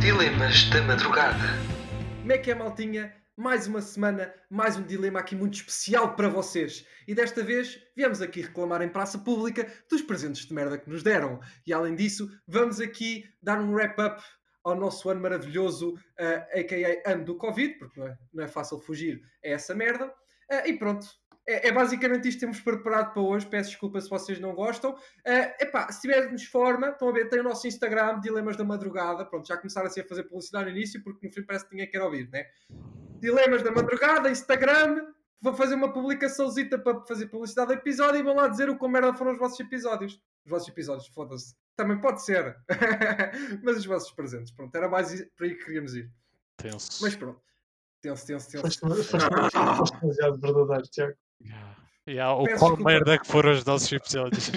Dilemas da madrugada. Como é que é, maltinha? Mais uma semana, mais um dilema aqui muito especial para vocês. E desta vez viemos aqui reclamar em praça pública dos presentes de merda que nos deram. E além disso, vamos aqui dar um wrap-up ao nosso ano maravilhoso, eh, a.k.a. ano do Covid, porque não é, não é fácil fugir a essa merda. Eh, e pronto, é, é basicamente isto que temos preparado para hoje. Peço desculpa se vocês não gostam. Eh, epá, se tivermos forma, estão a ver, tem o nosso Instagram, Dilemas da Madrugada. Pronto, já começaram assim a fazer publicidade no início, porque no fim parece que ninguém quer ouvir, né? Dilemas da Madrugada, Instagram. Vou fazer uma publicaçãozita para fazer publicidade do episódio e vão lá dizer o quão merda foram os vossos episódios. Os vossos episódios, foda-se. Também pode ser. Mas os vossos presentes, pronto. Era mais i- para aí que queríamos ir. Tenso. Mas pronto. Tenso, tenso, tenso. Foste foste demasiado verdadeiro, Tiago. É E há o Peço qual desculpa. merda que foram os nossos episódios.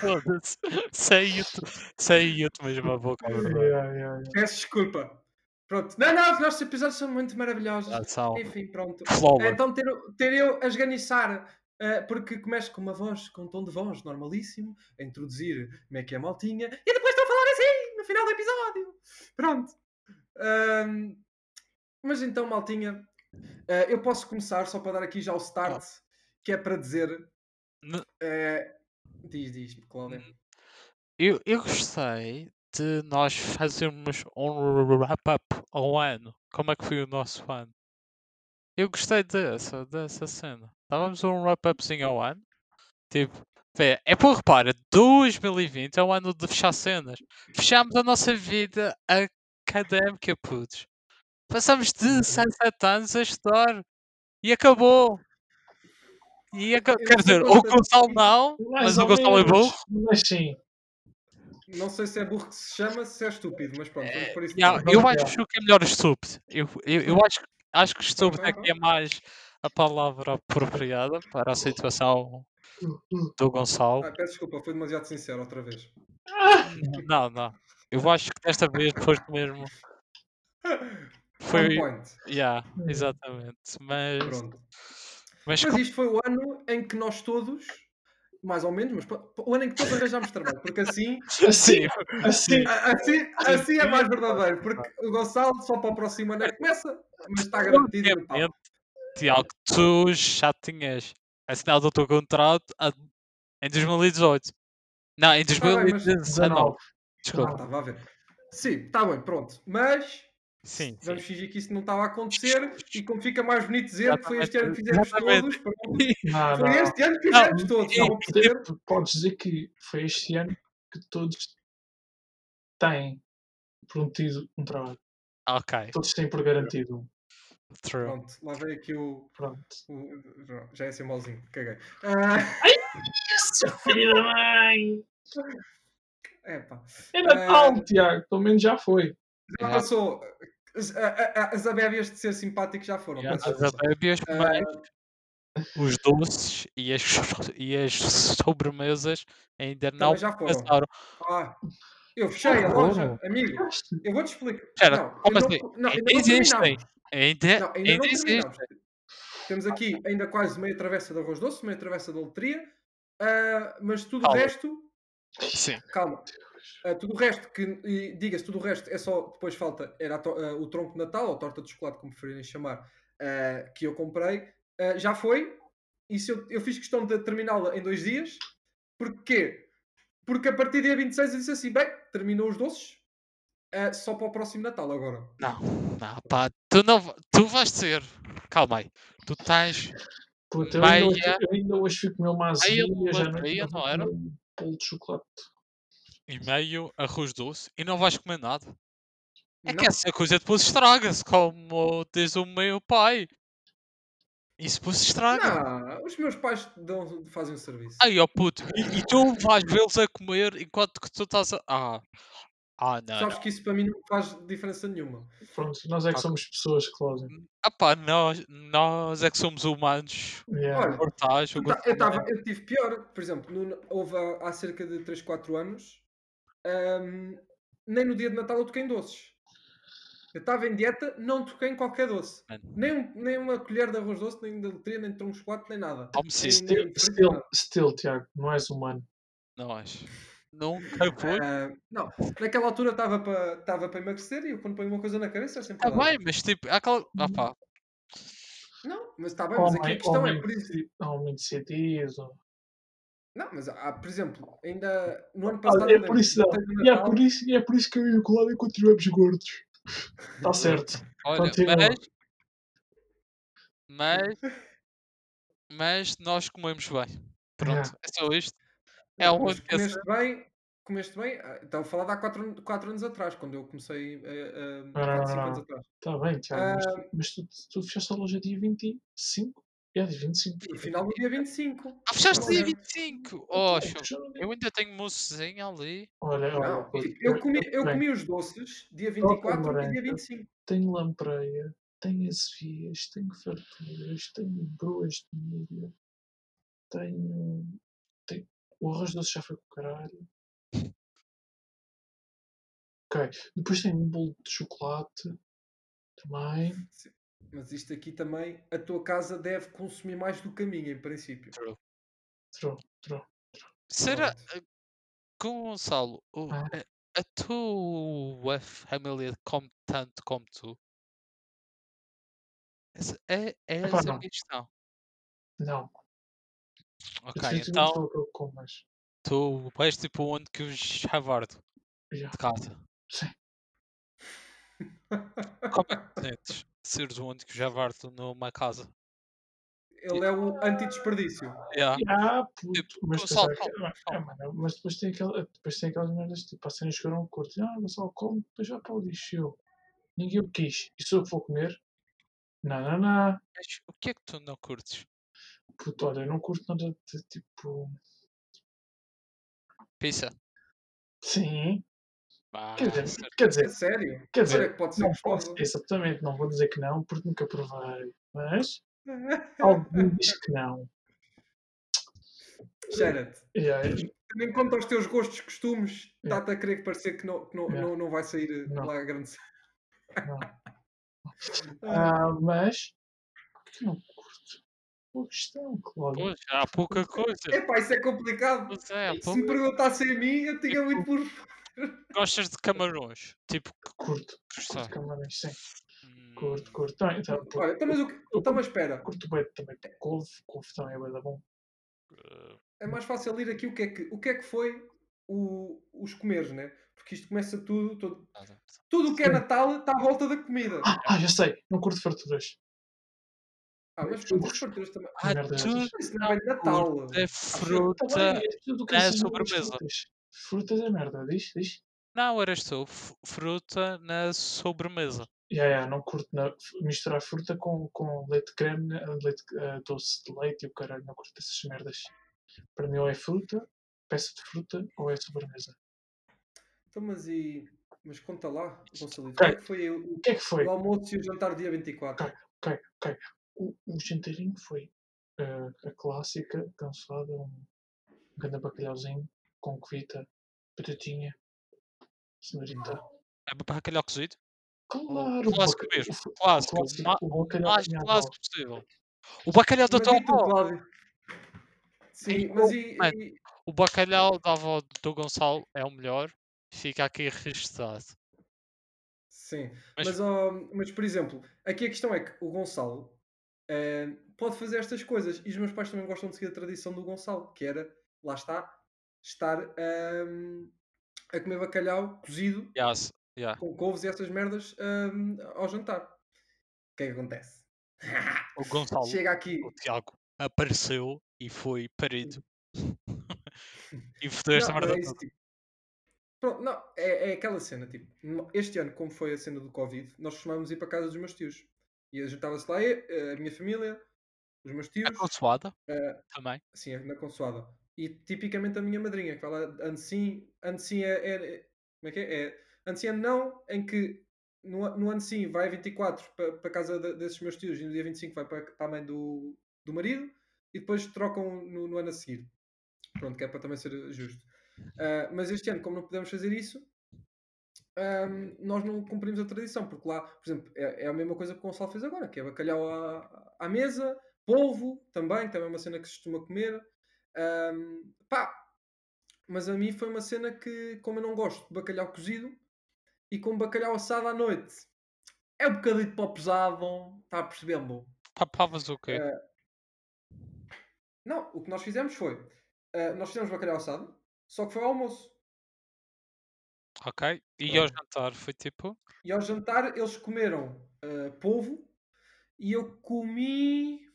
Foda-se. Saiu-te saiu mesmo à boca, a verdade. Yeah, yeah, yeah. Peço desculpa. Pronto. Não, não, os nossos episódios são muito maravilhosos. Ah, são Enfim, pronto. flawless. Então ter, ter eu a esganiçar, eh, porque começo com uma voz, com um tom de voz normalíssimo, a introduzir como é que é a maltinha, e depois estou a falar assim, no final do episódio. Pronto. Ahm, mas então, maltinha, eh, eu posso começar só para dar aqui já o start, que é para dizer... Ne- eh, diz, diz, Cláudia. Eu, eu gostei de nós fazermos um wrap-up ao ano. Como é que foi o nosso ano? Eu gostei dessa, dessa cena. Dávamos um wrap-upzinho ao ano. Tipo, vê, é por repara, 2020 é o ano de fechar cenas. Fechámos a nossa vida académica, putos. Passamos Uhum. 17 anos a estudar. E acabou. E aca- não Quer sei dizer, o quantas- Gonçalo não, Mais mas ou o Gonçalo é menos, burro. Mas sim, Não sei se é burro que se chama, se é estúpido, mas pronto, vamos por isso. Ya, Vamos eu lá. acho que é melhor estúpido. Eu, eu, eu acho, que- acho que estúpido é que é mais a palavra apropriada para a situação do Gonçalo. Ah, peço desculpa, fui demasiado sincero outra vez. Não, não. Eu acho que desta vez foste mesmo. Foi. On point. Yeah, exatamente. Mas, Pronto. mas Mas como isto foi o ano em que nós todos, mais ou menos, mas pô- o ano em que todos arranjámos trabalho, porque assim, assim, assim, assim, a- assim, assim é mais verdadeiro, porque o Gonçalo só para o próximo ano é que começa, mas está garantido no pau. obviamente, Tiago, tu já tinhas assinado o teu contrato a- em 2018. Não, em Tá bem, mas- 2019. 19. Ah, Desculpa. estava a ver. Sim, está bem, pronto. Mas Sim, sim. vamos fingir que isso não estava a acontecer e como fica mais bonito dizer que foi este ano que fizemos todos. Exatamente. pronto. Não, não. Foi este ano que fizemos Não, todos. e- estão a perceber? Tipo, podes dizer que foi este ano que todos têm prometido um trabalho. Ok, Todos têm por garantido um. true. Pronto, lá vem aqui o. Pronto. o- já é assim malzinho, caguei. Ah, Filha da mãe! epá. É Natal, Tiago. Pelo menos já foi. Já Já. passou. Então, As, a- a- as abébias de ser simpático já foram. Já, mas- Ah, as abébias, mas os doces e as, e as sobremesas ainda não também já foram. passaram. Ah, eu fechei a loja, amigo. Gaste. Eu vou te explicar. Espera, Não, eu como não- assim? não, ainda Ainda não existem. terminámos. Ainda, Não, ainda ainda não existem. terminámos. Temos aqui ainda quase meia travessa de arroz doce, meia travessa de loteria, ah, mas tudo o Calma. resto Sim. Calma. Ah, tudo o resto que e diga-se, tudo o resto é só depois falta era a to- ah, o tronco de Natal ou torta de chocolate, como preferirem chamar, ah, que eu comprei. Ah, já foi. Isso eu, eu fiz questão de terminá-la em dois dias. Porquê? Porque a partir do dia 26 eu disse assim: bem, terminou os doces, ah, só para o próximo Natal agora. Não, não, pá, tu não va- tu vais ser. Calma aí. Tu tens. Puta, eu, ainda hoje, Maia. eu ainda hoje fui comer uma Maia asinha é. não já era? não Maia não era? Um bolo de chocolate. E meio arroz doce e não vais comer nada. É Não, que essa coisa depois estraga-se, como diz o meu pai. Isso depois estraga. não, os meus pais dão- fazem o serviço. Ai, ó puto, e, e tu vais vê-los a comer enquanto que tu estás a. Ah, ah não. Sabes que isso para mim não faz diferença nenhuma. Pronto, nós é que Ok. somos pessoas, Cláudio. Ah pá, nós, nós é que somos humanos. Yeah. Olha, Mortais, o Eu, ta- Então, eu Gonçalo tava- eu tive pior, por exemplo, no- houve há- há cerca de 3, 4 anos, ahm, nem no dia de Natal eu toquei em doces. Eu estava em dieta, não toquei em qualquer doce. Mano. Nem, um- nem uma colher de arroz doce, nem de letria, nem de Tá assim, tronco de chocolate, nem nada. Como se Nem- isso nem Still, fruta, still, nada. still, Tiago, não és humano. não és. Nunca fui. Ah, não, naquela altura estava para estava para emagrecer e eu quando ponho uma coisa na cabeça é sempre. Está para dar. bem, mas tipo, Hum, aquela. Ah, pá, Não, mas está Oh, bem, mas aqui a Homem, questão é homem, por isso. de- homem de CTs. ou- Não, mas há, por exemplo, ainda no ano Ah, passado. é lembro, por isso, não. voltei do E é Natal- por isso, e é por isso que eu e o Cláudio continuamos gordos. Está certo. olha, Continua. mas. Mas. Mas nós comemos bem. Pronto, é só isto. É a Não, mas única comeste bem, comeste bem, ah, estava a falar de há 4, anos atrás, quando eu comecei eh, eh, Não, não, há não, 5 anos não. atrás. Ah, Está Tá bem, Tiago, mas, tu, mas tu, tu fechaste a loja dia 25? É, dia 25. E final do dia 25. Ah, fechaste dia Olha. 25! Oh, Então, show. fechou no dia- Eu ainda tenho moussezinho ali. Olha, olha, Não, tipo, olha, eu comi, eu bem, comi os doces dia 24 e morango. dia 25. Tenho lampreia, tenho asfias, tenho farturas, tenho broas de milho, tenho. tenho... O arroz doce já foi com o caralho. Ok. Depois tenho um bolo de chocolate também. Mas isto aqui também, a tua casa deve consumir mais do que a minha, em princípio. Trou, trou. Será. Pronto. Gonçalo, o- Ah. a, a tua família come tanto como tu? Essa é, é Epá, essa a não. minha questão. Não, Ok, eu sinto então muito pouco com, mas. tu és tipo onde que os Javard já. de casa. Sim. Como é que te sentes? Seres o onde que os Javard numa casa. Ele é o anti-desperdício. Yeah. Ah, puto, mas, com depois há sal, aquela- ah, mano, mas depois tem aquela, depois tem aquelas merdas tipo, há cenas que eu não curto, ah, mas só como, depois vai para o lixo. Eu. Ninguém o quis. E se eu for comer, não, não, não, Mas o que é que tu não curtes? puto, olha, eu não curto nada de tipo. Pizza. Sim, Ah, quer dizer, certo. quer É dizer, sério? quer Olha dizer, que pode ser não posso, gostoso. exatamente, não vou dizer que não, porque nunca provei, mas algo me diz que não. Cheira-te. E é aí, Também quanto aos teus gostos, costumes, É. está-te a querer parecer que não, que não, É. não, não vai sair eh, Não. lá a grande ah, mas, o que eu não curto? Boa questão, Cláudio. Pois, há pouca coisa. É pá, isso é complicado. Pois é, há Se me pouca- perguntassem a mim, eu tinha muito por. Gostas de camarões? Tipo, que Curto, gostar. curto camarões, sim. Hum, Curto, curto. Não, então, pô, Olha, então, mas o que... então, mas espera, curto bem também com couve, couve também é bué da bom. eh, é mais fácil ler aqui o que é que, o que, é que foi o... os comeres, né? Porque isto começa tudo, todo- nada. tudo o que é Sim. Natal está à volta da comida. Ah, ah, já sei, não curto farturas. Ah, mas Sim. quantas farturas também. Ah, merda é tudo essas? Isso não é bem Natal. é Tá fruta. bem, é tudo o que é seja boas sobremesa. Frutas. frutas é merda, diz, diz. Não, eras tu. f- Fruta na sobremesa. Ya, ya, não curto na- f- misturar fruta com, com leite de creme, eh, leite, eh, doce de leite e o caralho, não curto essas merdas. Para mim ou é fruta, peça de fruta ou é sobremesa. Então, mas e. Mas conta lá, Gonçalito, o que Ok. é que foi o, O que é que foi? o almoço e o jantar dia 24? Ok, ok. O, o jantarinho foi eh, a clássica cancelada, um grande bacalhauzinho com covita, batatinha, senhorita. É para aquele cozido? Claro! clássico baca- mesmo, o- o clássico, ma- o bacalhau Mais da minha avó. clássico possível. O bacalhau da Mas tua e tu, avó. Cláudio? Sim, Ei, mas oh, e- mano. e, O bacalhau da avó do Gonçalo é o melhor. Fica aqui registado. Sim, Mas- mas, ó, mas por exemplo, aqui a questão é que o Gonçalo eh, pode fazer estas coisas e os meus pais também gostam de seguir a tradição do Gonçalo, que era, lá está, estar ehm, a comer bacalhau cozido Yes, yeah. com couves e essas merdas ehm, ao jantar. O que é que acontece? O Gonçalo, Chega aqui. o Tiago, apareceu e foi parido. e fodeu esta Não, não é merda isso, toda. tipo. Pronto, não, é, é aquela cena, tipo, no- este ano, como foi a cena do Covid, nós costumávamos ir para casa dos meus tios. E juntava-se lá eh, a minha família, os meus tios. A consoada eh, também. Sim, é na consoada. E tipicamente a minha madrinha, que fala ano sim, ano sim é, é- é- Como é que é? é ano sim, ano não, em que no, a- no ano sim vai a 24 para a casa de- desses meus tios e no dia 25 vai para a mãe do, do marido e depois trocam no, no ano a seguir. Pronto, que é para também ser justo. Ah, mas este ano, como não podemos fazer isso, ahm, nós não cumprimos a tradição, porque lá, por exemplo, é, é a mesma coisa que o Gonçalo fez agora, que é bacalhau à, à mesa, polvo também, que também é uma cena que se costuma comer. Ahm, pá, Mas a mim foi uma cena que, como eu não gosto de bacalhau cozido, e com bacalhau assado à noite, é um bocadinho de pó pesado, está a perceber, bom? Papavas o quê? Eh, Não, o que nós fizemos foi, ah, nós fizemos bacalhau assado, só que foi ao almoço. Ok. E ao jantar foi tipo. E ao jantar eles comeram ah, polvo e eu comi...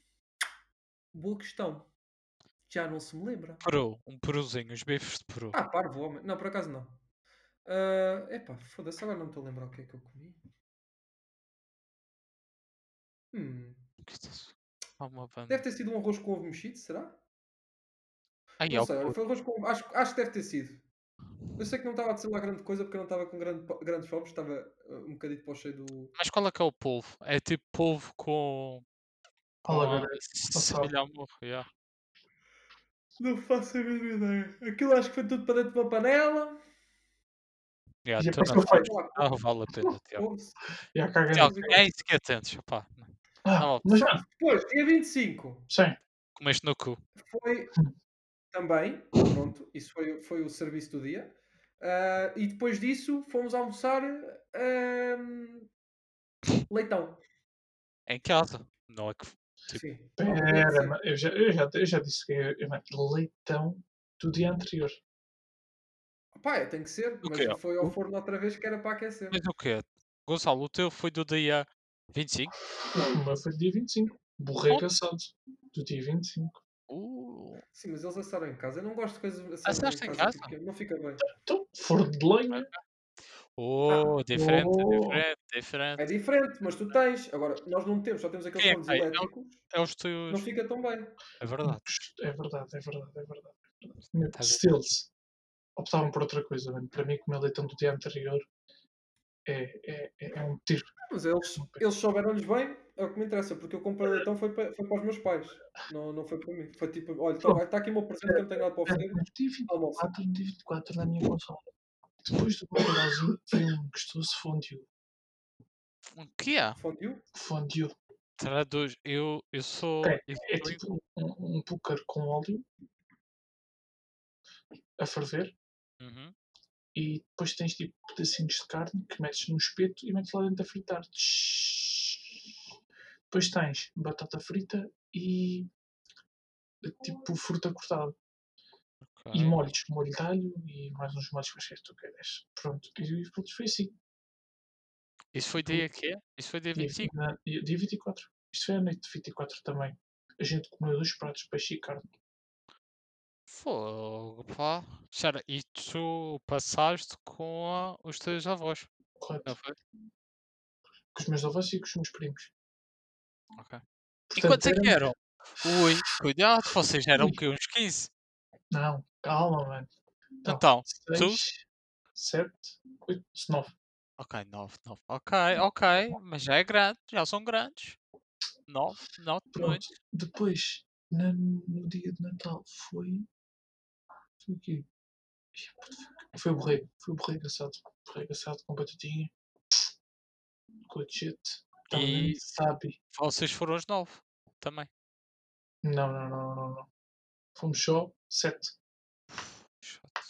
Boa questão. Já não se me lembra. Peru. Um peruzinho. Os bifes de peru. Ah, parvo, homem. Não, por acaso não. Ah, epá, foda-se, agora não me estou a lembrar o que é que eu comi. Hum, Que isso- Há uma banda. deve ter sido um arroz com ovo mexido, será? Ai, é Não ó, sei, olha, pô, foi arroz com acho, acho que deve ter sido. Eu sei que não estava a dizer lá grande coisa porque eu não estava com grande, po- grandes fomos, estava ah, um bocadinho de pó cheio do. Mas qual é que é o polvo? É tipo polvo com. com Olha, sal. semelha amor. Yeah. Não faço a mínima ideia. Aquilo acho que foi tudo para dentro de uma panela. Yeah, Já tu não passou sabes. Sei lá, Ah, vale a pena, Tiago. couve-se. já caga Tchau. Tiago, é isso que atendes, opá. Ah, não, mas já, Depois, dia 25. sim. Comeste no cu. foi também, pronto, isso foi, foi o serviço do dia. Ah, e depois disso fomos almoçar ahm, leitão. Em casa. Não é que. Tipo, Sim. Pera, mas eu já, eu, já, eu já disse que eu, eu meto leitão do dia anterior. Pá, é, tem que ser, mas Ok, ó. foi ao forno outra vez que era para aquecer. Mas o quê? Gonçalo, o teu foi do dia 25? O meu foi do dia 25. Borrego Ops. assado. Do dia 25. Uh, Sim, mas eles assaram em casa. Eu não gosto de coisas assadas Assaste em em casa, casa? porque não fica bem. Então, forno de lenha. oh, diferente, oh. diferente, diferente. É diferente, mas tu tens. Agora, nós não temos, só temos aqueles Sim, fornos ok, não- elétricos, É os não teus. fica tão bem. É verdade. É verdade, é verdade, é verdade. é verdade. Meu, Tá Se bem. eles optavam por outra coisa, mano, para mim, comer leitão do dia anterior é, é, é, é um tiro. Mas eles, eles souberam-lhes bem, é o que me interessa, porque eu comprei leitão foi para, foi para os meus pais, não, não foi para mim. Foi tipo, olha, está aqui o meu presente que eu não tenho nada para Era oferecer, no dia 24, almoço. no dia 24 na minha consola. Depois do bacalhauzinho, foi um gostoso fondue. O que é? Fondue? Fondue Traduz. Eu, eu sou. Ok, eu é sou- tipo um, um púcar com óleo a ferver. Uhum. e depois tens tipo pedacinhos de carne que metes num espeto e metes lá dentro a fritar. Tsh. Depois tens batata frita e eh, tipo fruta cortada. E Ok. molhos, molho de alho e mais uns molhos quaisquer que tu queres. Pronto, e pronto, foi assim. Isso foi dia quê? Isso foi Hum. dia Dia 25? na- dia- dia 24. Isto foi a noite de 24 também. A gente comeu dois pratos de peixe e carne. Fogo, pá. Espera, e tu passaste com a- os teus avós, Correto. não foi? Com os meus avós e com os meus primos. Ok. E Portanto, quantos é que éramos- eram? Ui, cuidado, vocês eram Ui. que uns 15. Não, calma, mano. Então, Então, tu? 6, 7, 8, 9. Ok, 9, 9. Ok, ok, mas já é grande, já são grandes. 9, não de Pronto. muito. Depois, na- no dia de Natal, foi. Foi o quê? Ih, puto, Foi o borrego. Foi o borrego assado. Borrego assado com batatinha. Good shit. Estava mesmo E- tá sabe. Vocês foram os 9 também. Não, não, não, não, não. Fomos só sete. Chato.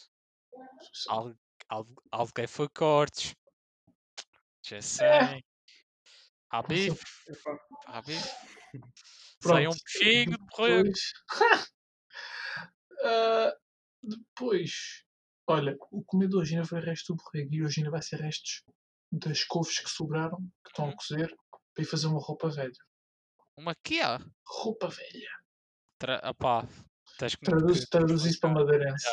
Al, al, alguém foi cortes. É. Já sei. Há sei. bife, Epá, há bife. Sai um Pronto. pichinho de borrego. Depois. Ah, depois. Olha, o comedor hoje ainda foi resto do borrego e hoje ainda vai ser restos das couves que sobraram, que estão a Uhum. cozer, para ir fazer uma roupa velha. Uma Kia. Roupa velha. Tra opá, tens que me- Traduz, que- traduz isso para madeirense.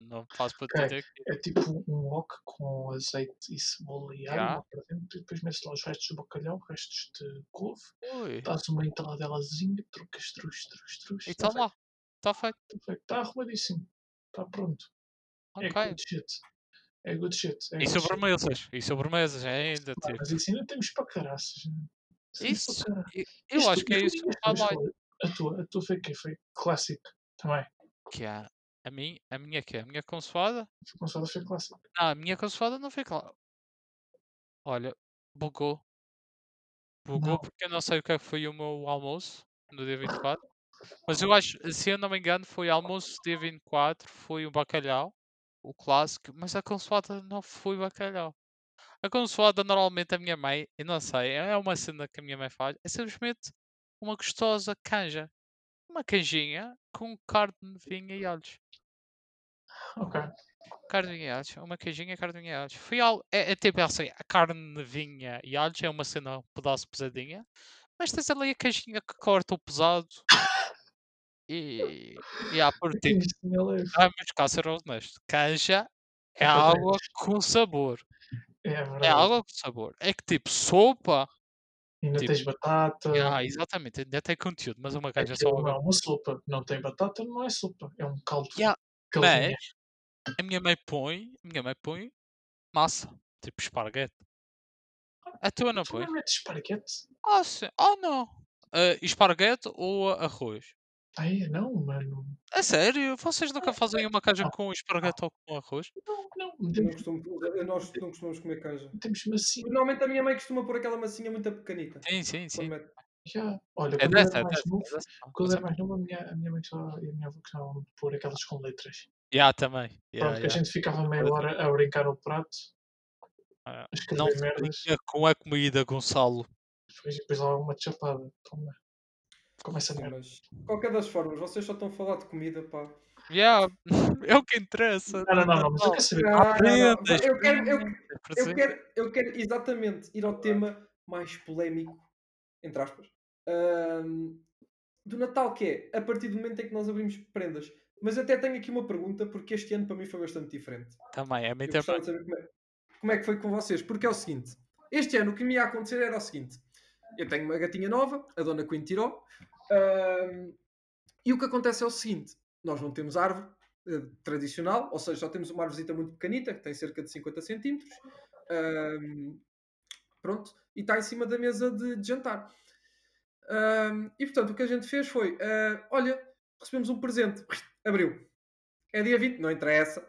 Não faço para Ok. te dizer que É tipo um wok com azeite e cebola e alho Já. lá para dentro e depois metes lá os restos do bacalhau, restos de couve, Ui, dás uma entaladazinha, trocas, trus, trus, trus. e está lá. Está feito. Está arrumadíssimo. Está pronto. É Ok. good shit. É good shit. É E good shit. sobremesas. E sobremesas ainda, Pá, tipo. Mas isso ainda temos para caraças. né? temos Isso, para caralho. e- eu Isto- acho que é isto isso que ainda está temos lá. para- A tua, a tua foi que Foi clássico também. Que há. A minha, a minha que A minha consoada? A consola foi clássico. Não, Ah, a minha consoada não foi clara. Olha, bugou. Bugou Não. porque eu não sei o que é que foi o meu almoço no dia 24. Mas eu acho, se eu não me engano, foi almoço dia 24, foi um bacalhau. o clássico, mas a consoada não foi bacalhau. A consoada normalmente a minha mãe, eu não sei, é uma cena que a minha mãe faz, é simplesmente uma gostosa canja. Uma canjinha com carne, vinho e alhos. Ok. Carne, vinho e alhos. Uma canjinha, carne, vinho e alhos. Foi algo, é, é tipo assim, a carne, vinha e alhos é uma cena, um pedaço pesadinha. Mas tens ali a canjinha que corta o pesado. E, e há por ti. Ah, Isto não é leve. Vamos cá ser honesto. Canja é Tá água com sabor. É É verdade. água com sabor. É que tipo, sopa. Ainda tipo- tens batata. Ah, exatamente, ainda tem conteúdo, mas uma canja é só Aquilo não água. é uma sopa. Não tem batata, não é sopa. É um caldo. Yeah, é, Calvinha. A minha mãe põe, a minha mãe põe massa, tipo esparguete. A tua não Tu põe? não metes esparguete? Ah, sim. Ah, não. Ah, esparguete ou arroz? Ai, não, mano. A sério? Vocês nunca fazem uma canja Não. com esparguete ou com arroz? Não, não. Eu não Metemos, costumo- eu- nós não costumamos comer canja. metemos massinha. Normalmente a minha mãe costuma pôr aquela massinha muito pequenita. Sim, sim, Quando é sim. mete. assim, Yeah. Olha, É quando eu era dessa, é mais dessa. novo, É dessa. Ah, quando eu mas é era mais novo, a minha, a minha mãe só- e a minha avó gostavam de pôr aquelas com letras. Yeah, também. Yeah, Pronto, que a yeah. gente ficava meia Olha, hora a brincar ao prato, ah, a Não escrever se merdas, brinca com a comida, Gonçalo. depois, depois lá uma chapada. Toma, come essa Sim, merda. mas de qualquer das formas, vocês só estão a falar de comida, pá. Yeah, é o que interessa. Não, não, no não, não, mas eu Natal. quero saber. Não, não, não. Aprendas, Eu quero, eu, experimentas, eu, apresenta. quero, eu quero exatamente ir ao tema mais polémico, entre aspas, ahm, do Natal, que é a partir do momento em que nós abrimos prendas. Mas até tenho aqui uma pergunta, porque este ano para mim foi bastante diferente. Também, a mim Eu também. gostava de saber como é, como é que foi com vocês, porque é o seguinte: este ano o que me ia acontecer era o seguinte: eu tenho uma gatinha nova, a Dona Quintiró, ahm, e o que acontece é o seguinte: nós não temos árvore eh, tradicional, ou seja, só temos uma árvorezita muito pequenita, que tem cerca de 50 centímetros, ahm, pronto, e está em cima da mesa de, de jantar. Ahm, e portanto, o que a gente fez foi: ah, olha, recebemos um presente, abriu, é dia 20, não interessa.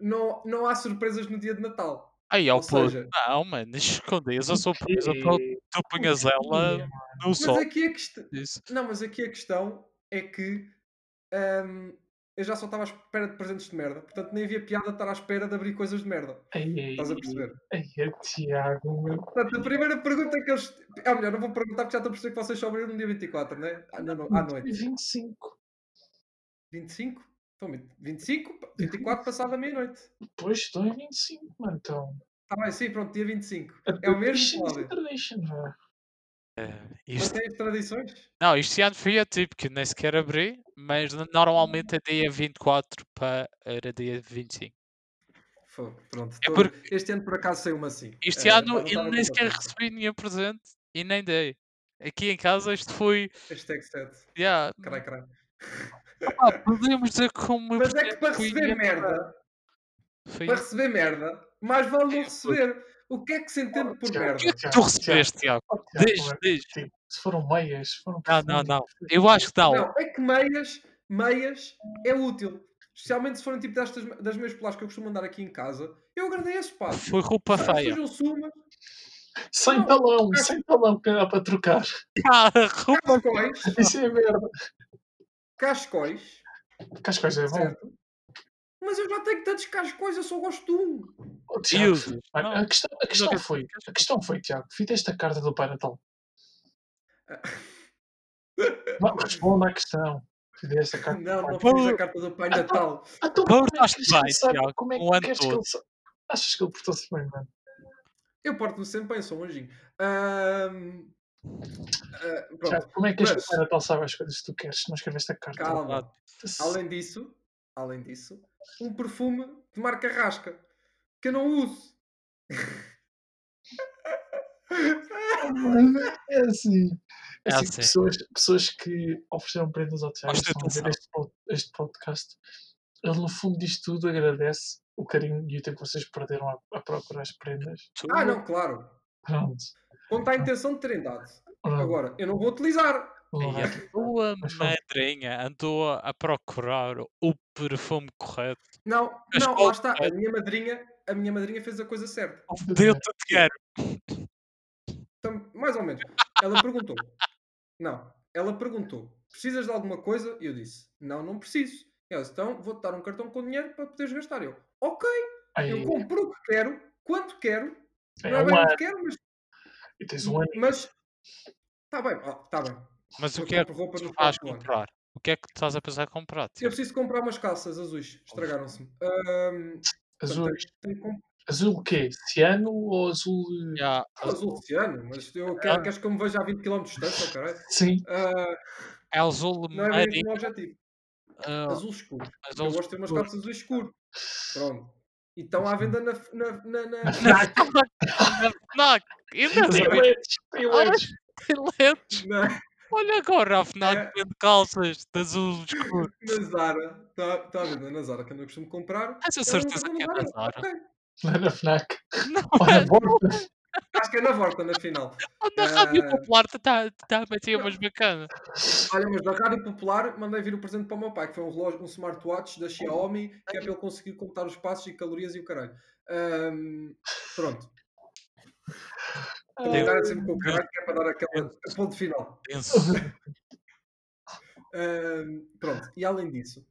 Não, não há surpresas no dia de Natal. Aí, ao Ou puto, seja, É não, mano, escondias a é surpresa, tu, Porquê? tu punhas ela Porquê? no mas é sol. aqui a questão. Isso. Não, mas aqui a questão é que ahm, eu já só estava à espera de presentes de merda. Portanto, nem havia piada de estar à espera de abrir coisas de merda. Ai, ai, Estás a perceber? ai, ai, Tiago, meu. Portanto, a primeira pergunta que eles. Ah, melhor, não vou perguntar porque já estou a perceber que vocês só abriram no dia 24, não é? Ah, não, não, à noite. 25. 25? Então, 25? 24 passada meia-noite. Pois, estou em 25, mano. Então, Está bem, sim, pronto, dia 25. a É o mesmo, tradition is Cláudio. a tradition, vá. Eh, isto- Mantém as tradições? não, este ano foi atípico, nem sequer abri, mas no- normalmente é dia 24 para era dia 25. Fogo, Pronto, É tô- porque este ano por acaso saiu uma assim. este Ah, ano pá, não eu estava nem muito sequer contente. recebi nenhum presente e nem dei. Aqui em casa isto foi. Hashtag 7. Yeah, Carai, carai. pá, podemos dizer como Mas é que para receber merda, Foi para receber merda, mais vale não É, puto. receber. O que é que se entende por Tiago, O que é merda? que Tiago, tu Tiago, recebeste, Tiago? oh, Tiago, Diz, meu. diz. Sim, Se foram meias, se foram Não, não, perfumes. não. Eu acho que não. Não, é que meias, meias é útil. Especialmente se forem tipo destas, das meias polares que eu costumo andar aqui em casa. Eu agradeço, pá. Foi roupa Se feia. sejam sumas, Sem Não, talão, acho- sem talão que dá para trocar. Cara, Ah, roupa cascóis, Isso é merda. cascóis, Cascais é bom. certo? Mas eu já tenho tantos cascóis, eu só gosto de um. Oh, Tiago, Miúdos. olha, Ah, Não, a questão, a eu não questão quero foi, cascóis. a questão foi, Tiago, fizeste a carta do Pai Natal. Ah. Não, responda à questão. Fizeste a carta Não, do não Pai Natal. fiz a carta do Pai Natal. Ah, Não Então, como é que estás queres que ele bem, saiba? Tiago, Como é um que ano queres que todo. ele saiba? Achas que ele portou-se bem, mano? Eu porto-me sempre bem, sou um anjinho. Ahm, ah, pronto. Tiago, como é que queres que o Mas- Pai Natal saiba as coisas que tu queres se não escreveste a carta? Calma. Se- Além disso, além disso, um perfume de marca Rasca que eu não uso. Mano, É assim. É É assim, assim. Pessoas, pessoas que ofereceram prendas ao Tiago estão a ver Ostentação. este, pod- este podcast. Ele, no fundo disto tudo, agradece o carinho e o tempo que vocês perderam a, a procurar as prendas. Tu- Ah, não, claro. Pronto. Quanto à intenção de terem dado. Pronto. Agora, eu não vou utilizar. Não Ei, vai. a tua é Mas foi. madrinha andou a procurar o perfume correto. Não, Mas não, qual lá está. A é? correto? minha madrinha, a minha madrinha fez a coisa certa. Deu-te o dinheiro. Então, mais ou menos. Ela perguntou. Não, ela perguntou: precisas de alguma coisa? Eu disse: não, não preciso. Eles, então vou-te dar um cartão com dinheiro para poderes gastar. Eu, ok, Aí, eu compro o que quero, quanto quero, é não é um bem o ano. que quero, mas. E tens um ano. Mas. Está bem, está bem. Mas o Eu que é que compro roupa tu no vais próximo ano. comprar? O que é que tu estás a pensar em comprar? Tipo, Eu Tiago? preciso comprar umas calças azuis, estragaram-se. Ahm, Azul, portanto, tenho que comprar azul o quê? Ciano ou azul. eh, Já, azul oceano, mas eu quero, Ah. queres que eu me veja a 20 km de distância, oh, caralho. Sim. Ah, é azul não é bem esse o marinho. meu objetivo. ah, Azul escuro. azul Eu gosto de ter umas escuro. calças azul escuro. Pronto. Então há venda na. na, na, na- Fnac! Ainda Tem bem, leite, tem leite. excelente. na- Olha agora a É. Fnac vende calças de azul escuro. na Zara. Está tá à venda na Zara, que eu não costumo comprar. Tens a Então eu não certeza vou que é levar da isso. Zara? Ok. Lá na é FNAC. Não Olha, é? borda. Acho que é na Vorta, na final. Na Rádio Ah. Popular está tá a meter umas bacanas. Olha, mas da Rádio Popular mandei vir o presente para o meu pai, que foi um relógio, um smartwatch da Xiaomi, que é para ele conseguir contar os passos e calorias e o caralho. Ahm, pronto. Para Ah, Deus. lutar é sempre com o caralho, que é para dar aquela a ponto final. Denso. Ahm, pronto. E além disso,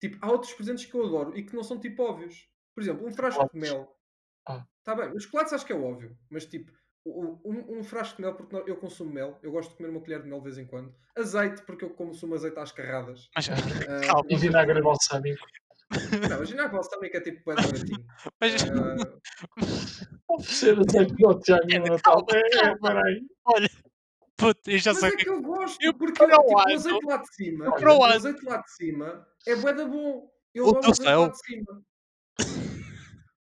tipo, há outros presentes que eu adoro e que não são tipo óbvios. Por exemplo, um frasco de mel. Ah. Está bem, os chocolates acho que é óbvio, mas tipo, o- o- um, um frasco de mel, porque não- eu consumo mel, eu gosto de comer uma colher de mel de vez em quando. Azeite, porque eu consumo azeite às carradas. Mas, Ah, calma, E vinagre balsâmico. Não, mas não é balsâmico, é tipo bué de baratinho. mas Ah, Oferecer azeite de outro já no Natal. É, é, peraí. puto, eu já mas sei o é que é que eu gosto, Eu porque eu, para o tipo, o ano- azeite lá de cima, eu olha, para o o ano- azeite lá de cima é bué da bom. Eu O adoro o teu azeite céu. lá de cima.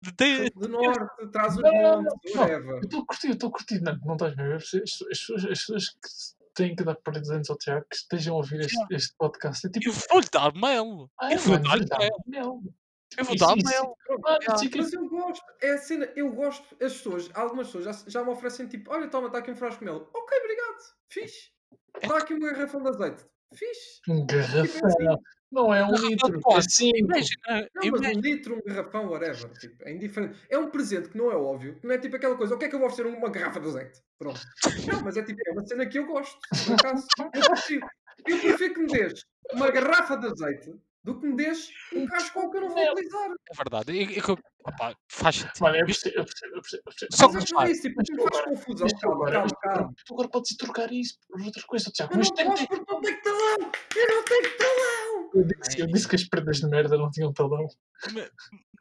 que tem. Do norte, traz os Não, não, montes, não. whatever. Eu estou a curtir, eu estou a curtir. Não, não estás a ver? As pessoas, as pessoas- as pessoas que têm que dar presentes ao Tiago, que estejam a ouvir este, este podcast, é tipo. Eu vou-lhe dar é mel. Ah, Eu vou mano, dar vai dar mel. mel. Eu vou Isso- dar isso- mel. Mano, Ah, sei que- Mas eu gosto, é a cena, eu gosto, as pessoas, algumas pessoas já, já me oferecem tipo, olha, toma, está aqui um frasco de mel. Ok, obrigado, fixe. É Está aqui uma garrafão de azeite, fixe. um garrafão. Não é um Garrafa de litro, é plástico. cinco. Imagina, Não, mas imagina. um litro, um garrafão, whatever. Tipo, é indiferente. É um presente que não é óbvio. Não é tipo aquela coisa, o que é que eu vou oferecer uma garrafa de azeite? Pronto. Não, mas é tipo, é uma cena que eu gosto. Por acaso, eu consigo. Eu prefiro que me dês uma garrafa de azeite do que me dês um casco que eu não vou utilizar. É verdade. Eu, eu, opá, faz sentido. Mano, é eu Isto- percebo, eu percebo, eu percebo. eu percebo. Só Mas é que não é claro. isso, tipo, tu me faz confusão. Mas tu Calma, agora, mas calma, tu agora- calma. tu agora podes ir trocar isso por outra coisa, Tiago. Eu Mas não tem posso tem- porque não tenho talão! Eu não tenho talão! eu disse, eu disse que as prendas de merda não tinham talão. Ma-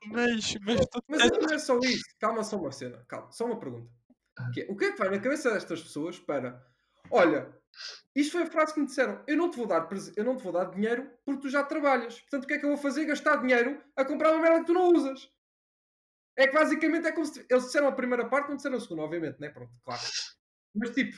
Mas, mas tu Mas é que não é só isso. Calma, só uma cena. Calma, só uma pergunta. Ah. Que é, o que é que vai na cabeça destas pessoas para... Olha, isto foi a frase que me disseram. Eu não te vou dar, prese- eu não te vou dar dinheiro porque tu já trabalhas. Portanto, o que é que eu vou fazer? Gastar dinheiro a comprar uma merda que tu não usas. É que basicamente é como se... Eles disseram a primeira parte, não disseram a segunda, obviamente, né? Pronto, claro. Mas tipo...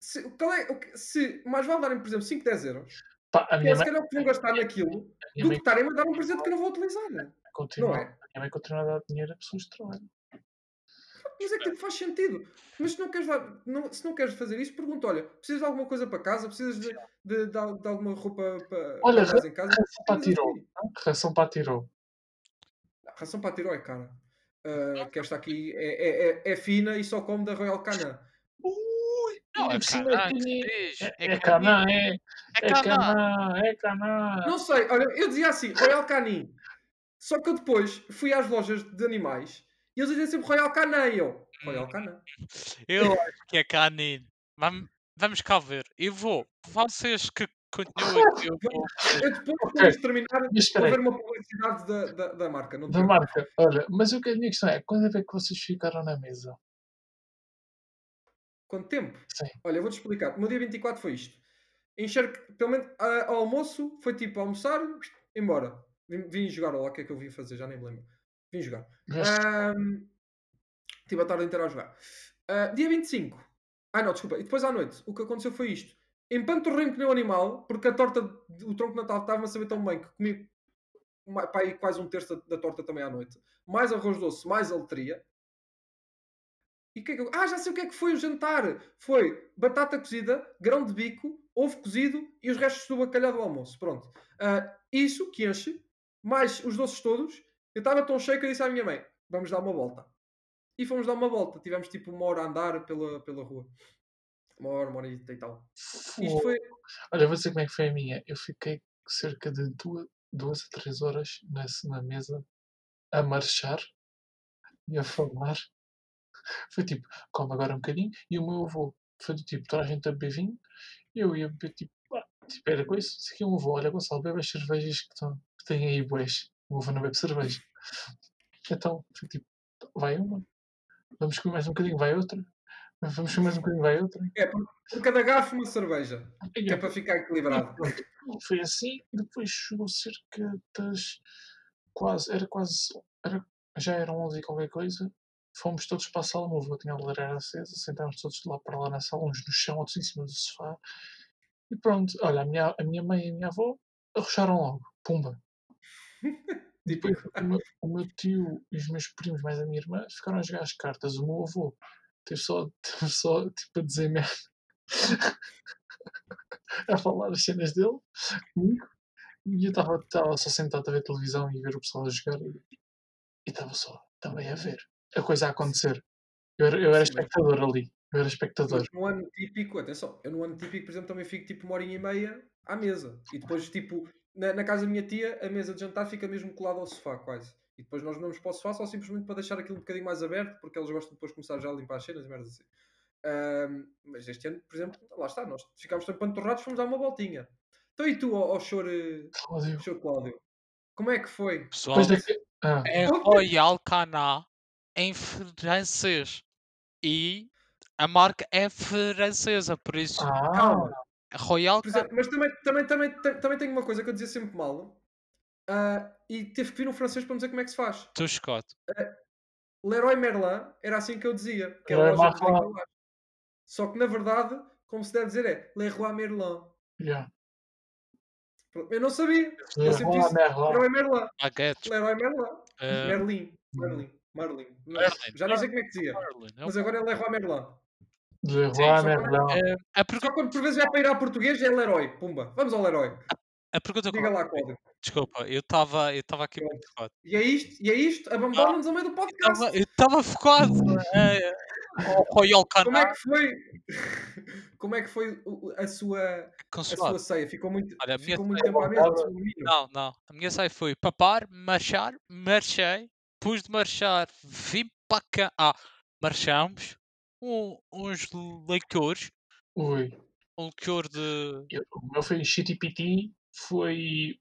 Se, qual é, o que- se mais vale darem, por exemplo, 5, 10 euros, Pá, a que é minha se mãe, calhar o que vão gastar naquilo, a minha do que mãe estarem a dar um presente que eu não vou utilizar, né? não continua, é? a minha mãe continua a dar dinheiro a pessoas que trabalham. Mas é que tipo, faz sentido. Mas se não queres, dar- não- se não queres fazer isso, pergunta: olha, precisas de alguma coisa para casa? Precisas de, de- de al- de alguma roupa para, Olha, para casa em casa? Ração para Mas assim, tirou, ração para tirou. a ração para tirou é cara. Ah, que esta aqui é, é- é- é fina e só come da Royal Canin. Ah. Ui, Não, é ainda por cima é canaco, canê. diz. É É canaco. caná, é, É é canaco. caná, é caná. Não sei, olha, eu dizia assim: Royal Canin. Só que eu depois fui às lojas de animais e eles diziam sempre Royal Canin. e Eu, Royal Canin. Eu acho que é canino. Vamos, vamos cá ver. Eu vou. Vocês que continuem que eu vou. Eu depois, Ok. quando isto terminar, Mas vou espera aí, ver uma publicidade da, da- da marca. Não te da preocupes. marca. Olha, mas o que a minha questão é, quando é que vocês ficaram na mesa? Quanto tempo? Sim. Olha, eu vou-te explicar. O meu dia 24 foi isto. Enxergo, pelo menos a- ao almoço, foi tipo almoçar, embora. Vim, vim jogar, ou lá o que é que eu vim fazer, já nem me lembro. Vim jogar. Veste- Ah, Ahm, tive a tarde inteira a jogar. Ah, dia 25. Ah, não, desculpa. E depois à noite, o que aconteceu foi isto. Empanturrei-me que nem um animal, porque a torta, de- o tronco de Natal estava-me a saber tão bem que comi uma- pá, aí quase um terço da, da torta também à noite. Mais arroz doce, mais aletria. E o que é que eu- Ah, já sei o que é que foi o jantar. Foi batata cozida, grão de bico, ovo cozido e os restos do bacalhau do almoço. Pronto. Ah, isso que enche, mais os doces todos. Eu estava tão cheio que eu disse à minha mãe, vamos dar uma volta. E fomos dar uma volta. Tivemos tipo uma hora a andar pela, pela rua. Uma hora, uma hora e tal. Isto Fogo. foi... Olha, vou dizer como é que foi a minha. Eu fiquei cerca de duas, duas a três horas na, na mesa a marchar e a falar. Foi tipo, come agora um bocadinho. E o meu avô foi do tipo, toda a gente a beber vinho. E eu ia beber tipo, ah, tipo era com isso. Se aqui um avô, olha Gonçalo, bebe as cervejas que, estão, que têm aí boés. O meu avô não bebe cerveja. Então, foi tipo, vai uma. Vamos comer mais um bocadinho, vai outra. Vamos comer mais um bocadinho, vai outra. É, por, por cada garfo uma cerveja. E Que é eu, para ficar equilibrado. Foi assim, depois chegou cerca das quase, era quase, era- já eram 11 e qualquer coisa. Fomos todos para a sala, o meu avô tinha a lareira acesa, sentámos todos de lá para lá na sala, uns no chão, outros em cima do sofá. E pronto, olha, a minha, a minha mãe e a minha avó arrocharam logo, pumba. Depois o meu, o meu tio e os meus primos, mais a minha irmã, ficaram a jogar as cartas. O meu avô teve só, teve só tipo, a dizer merda. a falar as cenas dele comigo. E eu estava só sentado a ver televisão e ver o pessoal a jogar. E estava só também a ver a coisa a acontecer. Eu era, eu era Sim, mas- espectador ali. Eu era espectador. Mas num ano típico, atenção, eu no ano típico, por exemplo, também fico tipo uma horinha e meia à mesa. E depois, tipo, na, na casa da minha tia, a mesa de jantar fica mesmo colada ao sofá, quase. E depois nós não vamos para o sofá só simplesmente para deixar aquilo um bocadinho mais aberto, porque eles gostam de depois começar já a limpar as cenas e merdas assim. Ahm, mas este ano, por exemplo, lá está, nós ficámos tão panturrados, fomos dar uma voltinha. Então e tu, ó, ó senhor, eh, Cláudio. senhor Cláudio, como é que foi? Pessoal, Depois daquele. Ah, é Conta. Royal Cana em francês. E a marca é francesa, por isso ah, Calma, Royal Por Cana. exemplo, mas também, também, também, tam- também tenho uma coisa que eu dizia sempre mal. ah, e teve que vir um francês para me dizer como é que se faz. Tu, Scott. Leroy Merlin era assim que eu dizia. Que era a Leroy loja de Merlin. decolar. Só que na verdade, como se deve dizer, é Leroy Merlin. yeah. Pronto, Eu não sabia. Eu sempre Leroy Hum. disse Merlin. Leroy Merlin. Baguettes. Leroy Merlin. eh, Merlin. Merlin. Merlin. Mas Merlin, Já nem sei como é que dizia. Merlin, é o- Mas agora é Leroy Merlin. Leroy só que- Merlin. Eh, A pergu- Só quando por vezes é para ir a português é Leroy. Pumba. Vamos ao Leroy. a pergunta Diga qual- lá, Cláudio. Desculpa, eu estava eu estava aqui Pronto. muito focado. E é isto, e é isto. Abandona-nos ao meio Ah, do podcast. Eu estava focado eh, ao Royal Como é Cana que foi? Como é que foi o- a sua, a sua consulado. ceia? Ficou muito, Olha, a minha um ficou muito ceia tempo à mesa? voltava- seu menino? Não, não. A minha saia foi papar, marchar, marchei, pus de marchar, vim para cá. Ah, marchamos, um- uns leitores, Ui. um liquor de Eu- O meu foi um ChatGPT, foi.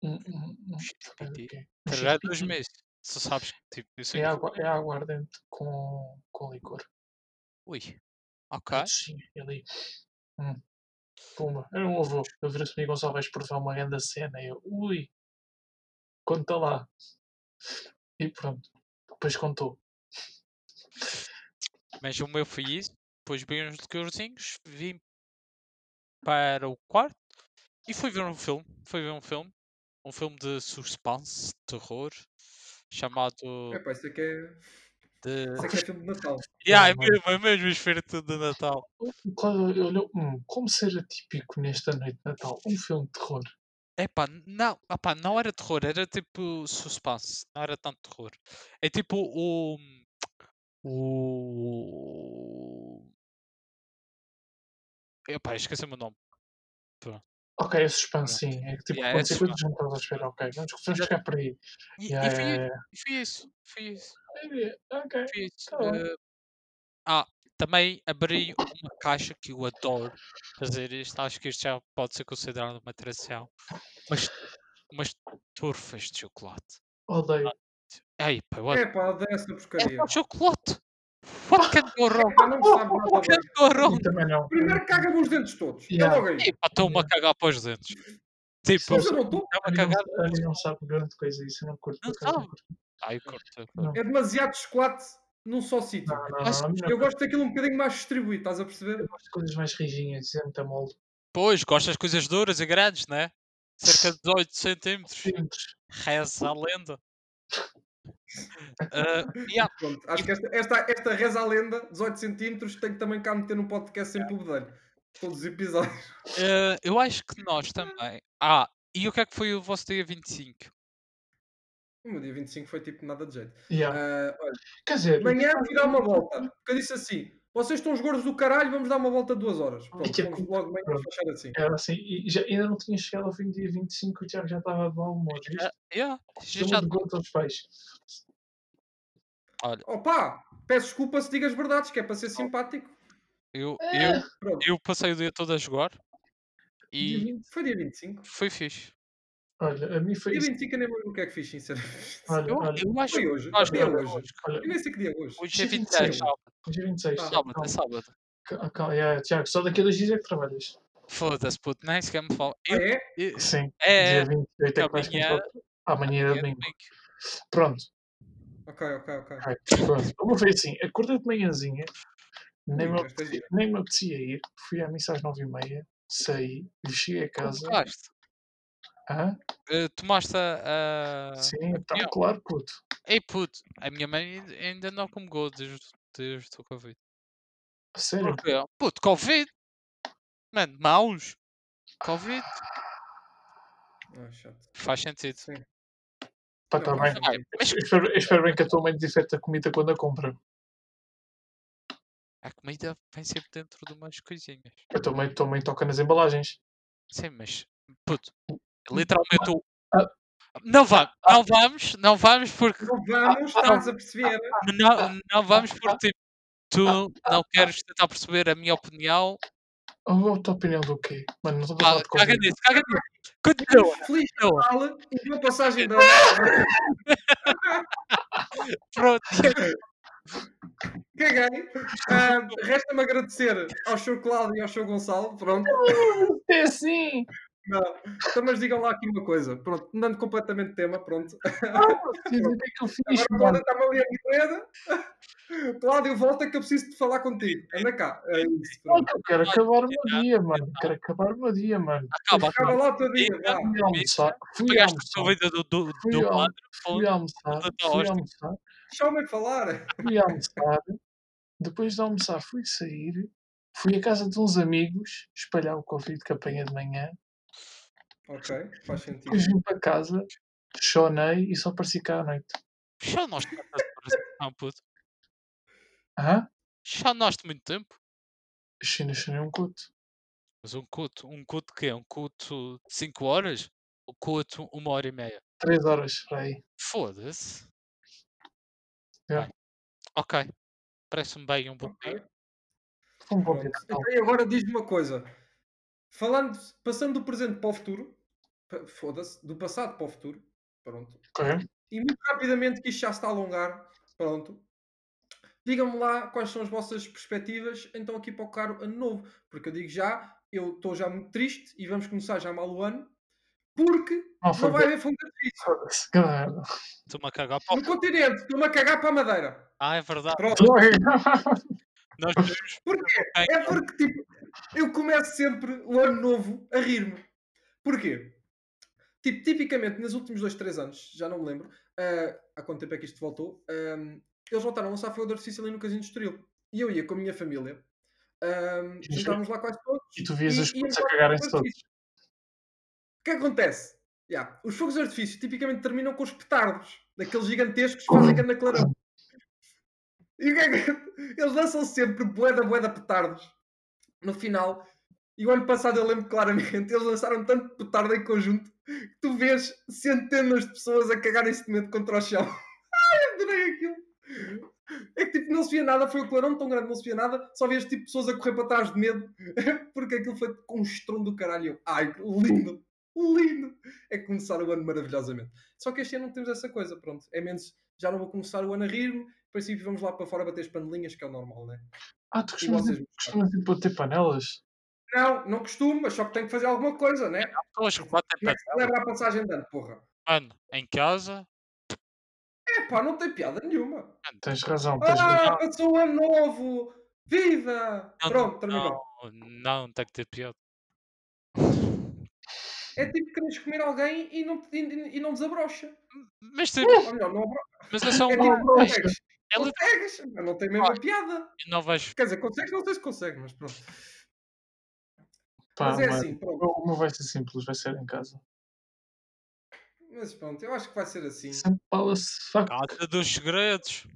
Um, um, um, XPT. ok, um Terá dois ChatGPT. meses. Tu sabes que tipo, eu sei É que. água, é aguardente com, com licor. Ui. Ok. Ele tinha ali. Hum. Pumba. Era um avô. Eu vi o Sr. Gonçalves provar uma grande cena. e Eu, ui, conta lá. E pronto. Depois contou. Mas o meu foi isso. Depois bebi uns liquorzinhos, vim para o quarto e fui ver um filme. Fui ver um filme. Um filme de suspense, terror, chamado Epá, isso é que é, de. isso é que é filme de Natal. Yeah, é Yeah, mano. mesmo, é mesmo o espírito de Natal. O o Cláudio olhou. Hum, como ser atípico nesta noite de Natal? Um filme de terror. Epá, não, opá, não era terror, era tipo suspense, não era tanto terror. É tipo o. O. Epá, esqueci-me o nome. Ok, é suspense, sim. É que tipo, Yeah, é aconteceu coisas suspense. que não estás à espera. Ok, vamos, vamos Exato. ficar por aí. E, e Yeah, foi, yeah, yeah. e foi isso, foi isso, Ok, foi isso. tá bom. eh, ah, também abri uma caixa que eu adoro fazer isto, acho que isto já pode ser considerado uma tradição. Mas umas torfas de chocolate. Odeio. Ei, pá, É, eu adoro. Epá, dessa É porcaria. só chocolate! What can go wrong? Epá, não me sabe nada What can bem. go Eu wrong? também não. Primeiro caga-me os dentes todos. Yeah. É logo aí. Epá, estou-me a cagar para os dentes. Tipo, Mas eu não estou. estou-me A a mim não, cagar. a mim não sabe grande coisa isso, eu não curto Não por acaso, sabe. curto. Ai, eu curto. eu curto. Não, É demasiado chocolate num só sítio. não, não, Mas- não, a mim não. Eu gosto daquilo um bocadinho mais distribuído, estás a perceber? Eu gosto de coisas mais rijinhas, isso é muito mole. Pois, gosto das coisas duras e grandes, né? Cerca de 18 centímetros. Simples. Reza a lenda. Ah, yeah, Pronto, acho que esta, esta, esta reza à lenda, 18 centímetros, tem que também cá meter num podcast sem bebedeiro. Todos os episódios. ah, eu acho que Hum. nós também. Ah, e o que é que foi o vosso dia 25? O meu dia 25 foi tipo nada de jeito. Yeah. Ah, olha, Quer dizer, Amanhã fui dar uma volta. Porque eu disse assim: Vocês estão os gordos do caralho, vamos dar uma volta de duas horas. Pronto, que é vamos logo bem pronto. fechar assim. Era assim, e já, ainda não tinha chegado ao fim do dia 25 e o Tiago já estava de bom humor. Já, yeah, já, Isto já, já de conta aos pais. Opa, peço desculpa se digo as verdades, que é para ser simpático. eu, É, eu, Pronto, eu passei o dia todo a jogar dia e 20. foi dia 25. foi fixe. Olha, a mim foi Dia isso. 25 eu nem me lembro o que é que fiz, sinceramente. Olha, Eu, olha, eu acho Foi que hoje, nós foi não- hoje. olha, Eu nem sei que dia é hoje. hoje é Sim, sim, 26, sim. sábado, dia 26. Ah, sábado, é sábado. Ca- ca- yeah, Tiago, só daqui a dois dias é que trabalhas. Foda-se, puto, nem sequer me fala. Ah, Eu, é? eu, Sim, é, dia 28 é que vais amanhã- começar. Amanhã é eu domingo. tenho que- Pronto, Ok, ok, ok. ok, pronto. Vamos ver assim. Acordei de manhãzinha, nem me, Ui, esta gira. nem me apetecia ir. Fui à missa às 9h30, saí, cheguei Então, a casa. Compraste? Ah, Eh, tomaste Ah, a. a- sim, é está opinião. claro, puto. Ei puto, a minha mãe ainda- ainda não comegou desde, desde o Covid. A Sério, Porquê? Puto, Covid! Mano, maus! Covid! Ah, chato. Faz sentido. Sim. pá, Não, está faz bem. Ah, sentido. mas Eu espero, eu espero bem que a tua mãe desinfete a comida quando a compra. a comida vem sempre dentro de umas coisinhas. A tua mãe, tua mãe toca nas embalagens. Sim, mas. Puto, literalmente o. Ah. Não vamos, não vamos, não vamos porque. Não Então vamos, estás a perceber? ah, Não, não vamos porque tipo, tu não queres tentar perceber a minha opinião. Oh, a tua opinião do quê? Mano, não estou a falar Ah, de caga Covid. nisso, caga nisso! Continua! Feliz Não. Natal e boa passagem de Pronto! Caguei. Ah, Resta-me agradecer ao Sr. Cláudio e ao Sr. Gonçalo. Pronto. É assim! Não. Então, mas digam lá aqui uma coisa. Pronto, mando completamente de tema. Pronto. Quer dizer, O que é que eu fiz, Agora o Cláudio mano? está-me ali a morrer. Cláudio, volta que eu preciso de falar contigo. Anda cá. É isso. Não, Pronto. que Eu quero acabar o meu dia, mano. Quero acabar o meu dia, mano. Acaba, Acaba acaba! lá o teu dia. Vá. Fui almoçar. Fui Pegaste a almoçar. dúvida do, do, do Fui ao- padre, Fui ponto. almoçar. Puta, tá Fui ótimo. almoçar. Deixa-me falar. Fui almoçar. Depois de almoçar, fui sair. Fui à casa de uns amigos espalhar o Covid que apanha de manhã. Ok, faz sentido. Depois vim para casa, chonei e só apareci cá à noite. Já nós não, puto. Aham? Já nós muito tempo. China, chonei um culto. Mas um culto, um culto que é? Um culto de 5 horas? Um culto uma hora e meia. Três horas para aí. Foda-se. Já. Bem, Ok. Parece-me bem um bom É. Ok. dia. Foi um bom Pronto. dia. Então, e agora diz-me uma coisa. Falando, passando do presente para o futuro, pa- foda-se, do passado para o futuro, pronto. Ok. E muito rapidamente, que isto já se está a alongar, pronto. Digam-me lá quais são as vossas perspectivas, então aqui para o caro ano novo. Porque eu digo já, eu estou já muito triste e vamos começar já mal o ano, porque Não não foi vai bem. haver fundo de serviço. Foda-se, que merda. Estou-me a cagar para o- No continente, estou-me a cagar para a madeira. Ah, é verdade. Pronto. Droga. Nós temos Porquê? bem. É porque tipo, eu começo sempre o ano novo a rir-me. Porquê? Tipo, tipicamente, nos últimos dois, três anos, já não me lembro, ah, há quanto tempo é que isto voltou, ahm, eles voltaram a lançar foi o exercício ali no Casino de Estoril. E eu ia com a minha família, ahm, Sim, sim. juntávamos lá quase todos. E tu vias íamos os putos a lá cagarem-se com os fogos de todos. artifício. O que é que acontece? Ya, os fogos de artifício tipicamente terminam com os petardos, daqueles gigantescos que fazem grande clarão. E o que é que... Eles lançam sempre boeda, boeda petardos. No final, e o ano passado eu lembro claramente, eles lançaram tanto petardo em conjunto que tu vês centenas de pessoas a cagarem-se de medo contra o chão. Ai, adorei aquilo! É que tipo, não se via nada, foi o clarão tão grande, não se via nada, só vias tipo pessoas a correr para trás de medo, porque aquilo foi com um estrondo do caralho. Eu, Ai, que lindo! Lindo! É que começar o ano maravilhosamente. Só que este ano não temos essa coisa, pronto. É menos, já não vou começar o ano a rir-me, em princípio vamos lá para fora bater as panelinhas, que é o normal, né? Ah, tu E costumas vocês? ir- costumas ir para ter panelas? Não, não costumo, mas só que tenho que fazer alguma coisa, né? pessoas que batem Como é que se panela. celebra a passagem de ano, porra? Mano, em casa. É pá, não tem piada nenhuma. Tens razão, tens razão. Ah, passou o ano novo! Viva! Não, Pronto, terminou. Não, não tem que ter piada. É tipo queres comer alguém e não, e, e- e não desabrocha. Mas, tipo, Ou melhor, não abrocha. mas é só É um. tipo, abrocha. consegues. É lit- Consegues, mas não tem mesmo a piada. assim, não vais. Quer dizer, consegues, não sei se consegues, mas pronto. Pá, mas é mano, assim, o pronto. meu- o meu vai ser simples, vai ser em casa. Mas pronto, eu acho que vai ser assim. Sempre fala-se fuck. Casa dos segredos.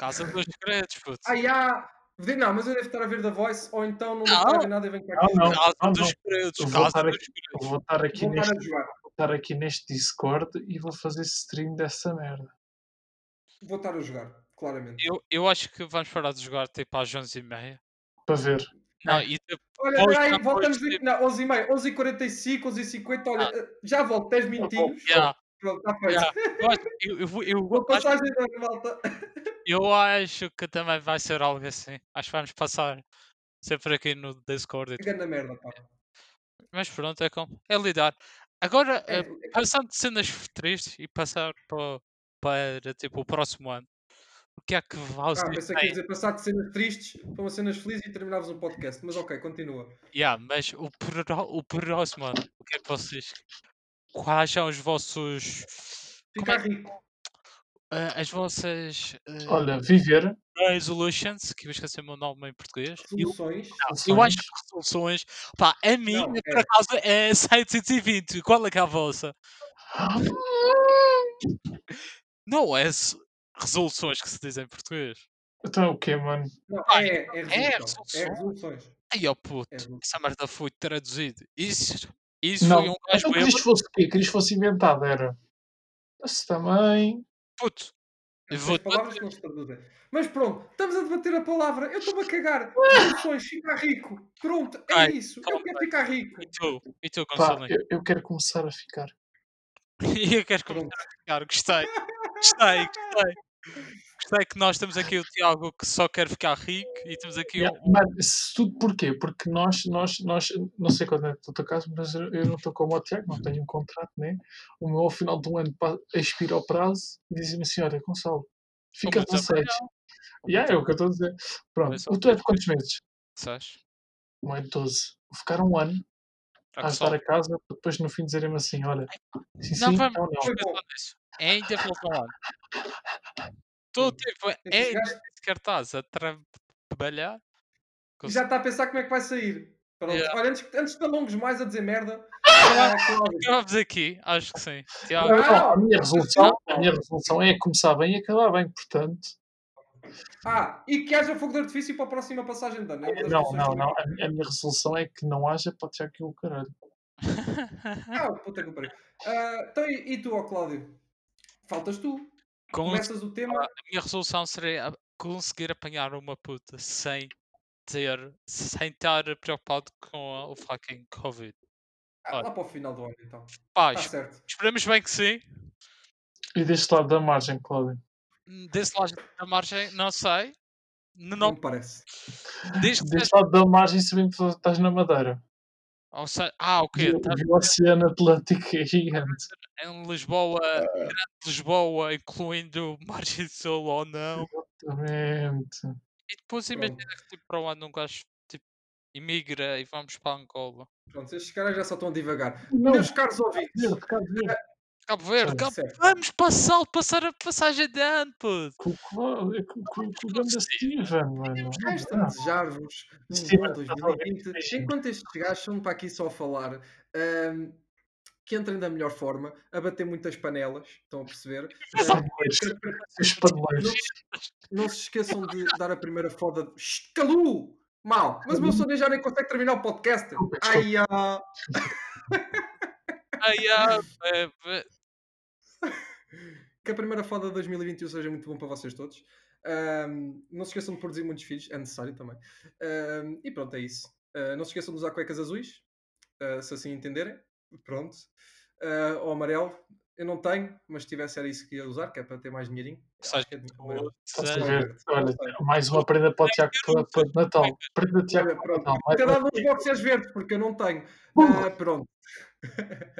Casa dos segredos, puto. Ai, ah, Vedi- Não, mas eu devo estar a ver da Voice, ou então não devo Não. estar a ver nada e venho para aqui. Não, Casa não, dos não. Eu credos, vou casa estar dos aqui. Eu credos. Vou estar aqui, Vou estar neste, a jogar. vou estar aqui neste Discord e vou fazer stream dessa merda. Vou estar a jogar, claramente. Eu, eu acho que vamos parar de jogar tipo às 11h30. Para ver. Não, É. e tipo, de- Olha, Vou espera aí, jogar voltamos hoje, aqui na 11h30, 11h45, 11h50. Olha, Ah. eh, já volto, 10 minutinhos. yeah, Pronto, está feito. yeah. Eu acho- eu, eu, vou- eu Boa vou- acho- passagem da malta. eu acho que também vai ser algo assim. Acho que vamos passar sempre aqui no Discord. e tudo. Grande merda, pá. Mas pronto, é como. É lidar. Agora, É, eh, passando de cenas tristes e passar para, para tipo, o próximo ano. O que é que vocês ah, pensei que ia têm? dizer, passar de cenas tristes para umas cenas felizes e terminavas um podcast. Mas ok, continua. Yeah, mas o, pró- o próximo ano, o que é que vocês. Quais são os vossos. Como Fica é rico. eh, as vossas eh, Olha, viver. resolutions, que eu esqueci o meu nome em português. Eu, Soluções. Tá eu acho soluções. que resoluções. Pá, a minha, Não, por é. acaso, é 720. Qual é que é a vossa? Não é se- resoluções que se dizem em português. Então é o que, mano? Não, Ah, é, é resolução. resoluções. É resoluções. Ai, ó puto, É resolução. essa merda foi traduzida. Isso, isso não. foi um gajo então, que isto bêbado. fosse o quê? Que isto fosse inventado, era. Isso também. Puto, eu Essas vou palavras que não se traduzem. Mas pronto, estamos a debater a palavra. Eu estou-me a cagar. Soluções, ficar rico. Pronto, é Ai, isso. Eu calma, quero vai. ficar rico. E tu, e tu, Pá, Gonçalo? eu, eu quero começar a ficar. Eu quero Pronto. começar, gostei. Gostei, gostei. Gostei que nós temos aqui o Tiago que só quer ficar rico e temos aqui Yeah, um. Mano, isso tudo porquê? Porque nós, nós, nós, não sei quando é o teu caso, mas eu, eu não estou como o Tiago, não tenho um contrato, né? O meu, ao final de um ano, pa- expira o prazo e dizem-me assim: olha, Gonçalo, fica Como com também 6. Yeah, é o que eu estou a dizer. Pronto, Mas só o teu é de quantos meses? Sabes? O meu é de 12. Vou ficar um ano a Tá que só- ajudar a casa, para depois no fim dizerem-me assim: olha, sim, Não sim, não, vamos não. Foi bom. pensar nisso. É ainda vou falar. Estou tipo, é Então, ainda chegaste- sequer estás a tra- trabalhar. E já está a pensar como é que vai sair. Pronto. Yeah. Olha, antes, antes de alongues mais a dizer merda. Ah, ah, Cláudio, Acabamos aqui, acho que sim. Não, Tiago, não, a minha resolução, a minha resolução é começar bem e acabar bem, portanto. Ah, e que haja fogo de artifício para a próxima passagem de ano. É uma das Não, soluções não, também. não. A, mi- a minha resolução é que não haja para tirar aqui o caralho. Ah, puta que pariu. Ah, então, e, e tu, ó Cláudio? Faltas tu. com a Começas o tema. minha resolução seria a- conseguir apanhar uma puta sem ter, sem estar preocupado com a- o fucking Covid. Ah, lá para o final do ano, então. Pá, Está esp- certo. esperemos bem que sim. E deste lado da margem, Cláudio. Desse lado da margem, não sei. N- Não Não, me parece. desde que Deste lado da margem, sabemos que estás na Madeira. Ou seja, ah, ok. E o estás e o Oceano Atlântico é gigante. em Lisboa, em Grande Lisboa, incluindo Margem Sul ou não. Exatamente. E depois imagina que tipo, para o ano um gajo tipo, imigra e vamos para Angola. Pronto, estes caras já só estão devagar. Não. Meus caros ouvintes. Verde, Cabo Verde. Cabo Verde, Cabo... Certo. vamos passar, passar a passagem de ano, puto. Com com- com- com- com o grande um Steven, mano. Resta desejar-vos um Sim, bom mas está só a ver 2020. isto. Enquanto estes gajos são para aqui só a falar, ahm, que entrem da melhor forma, a bater muitas panelas, estão a perceber? Ahm, Paneleiros. Os paneleiros. não se esqueçam de dar a primeira foda. de- Shhh, Calu! Mal! Mas o meu sonho é já nem consegue terminar o podcast. Uhum. Desculpa, Ai, desculpa. ah. Ai, ah, é, é, que a primeira foda de 2021 seja muito bom para vocês todos. Ahm, não se esqueçam de produzir muitos filhos, é necessário também. Ahm, e pronto, é isso. Ah, não se esqueçam de usar cuecas azuis, ah, se assim entenderem. Pronto. Ah, ou amarelo, eu não tenho, mas se tivesse era isso que ia usar, que é para ter mais dinheirinho. Ou Acho que é de amarelo. Estás a seja, ver? Olha, mais uma prenda para o Tiago para, para o Natal. Prenda Tiago Olha, para o pronto. Natal. Mais Cada uma um dos boxers verdes, porque eu não tenho. prenda. Ah, pronto.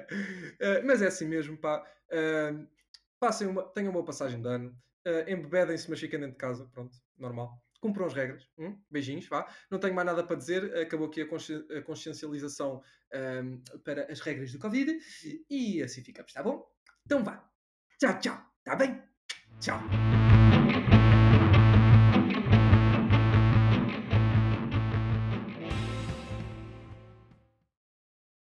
Ah, mas é assim mesmo, pá. Ah, passem uma, tenham uma passagem de ano. Ah, embebedem-se, mas fiquem dentro de casa. Pronto, normal. Cumpram as regras. Hum? Beijinhos, vá. Não tenho mais nada para dizer. Acabou aqui a, consci- a consciencialização ah, para as regras do Covid. E assim ficamos, tá bom? Então vá. Tchau, tchau. Tá bem? Tchau.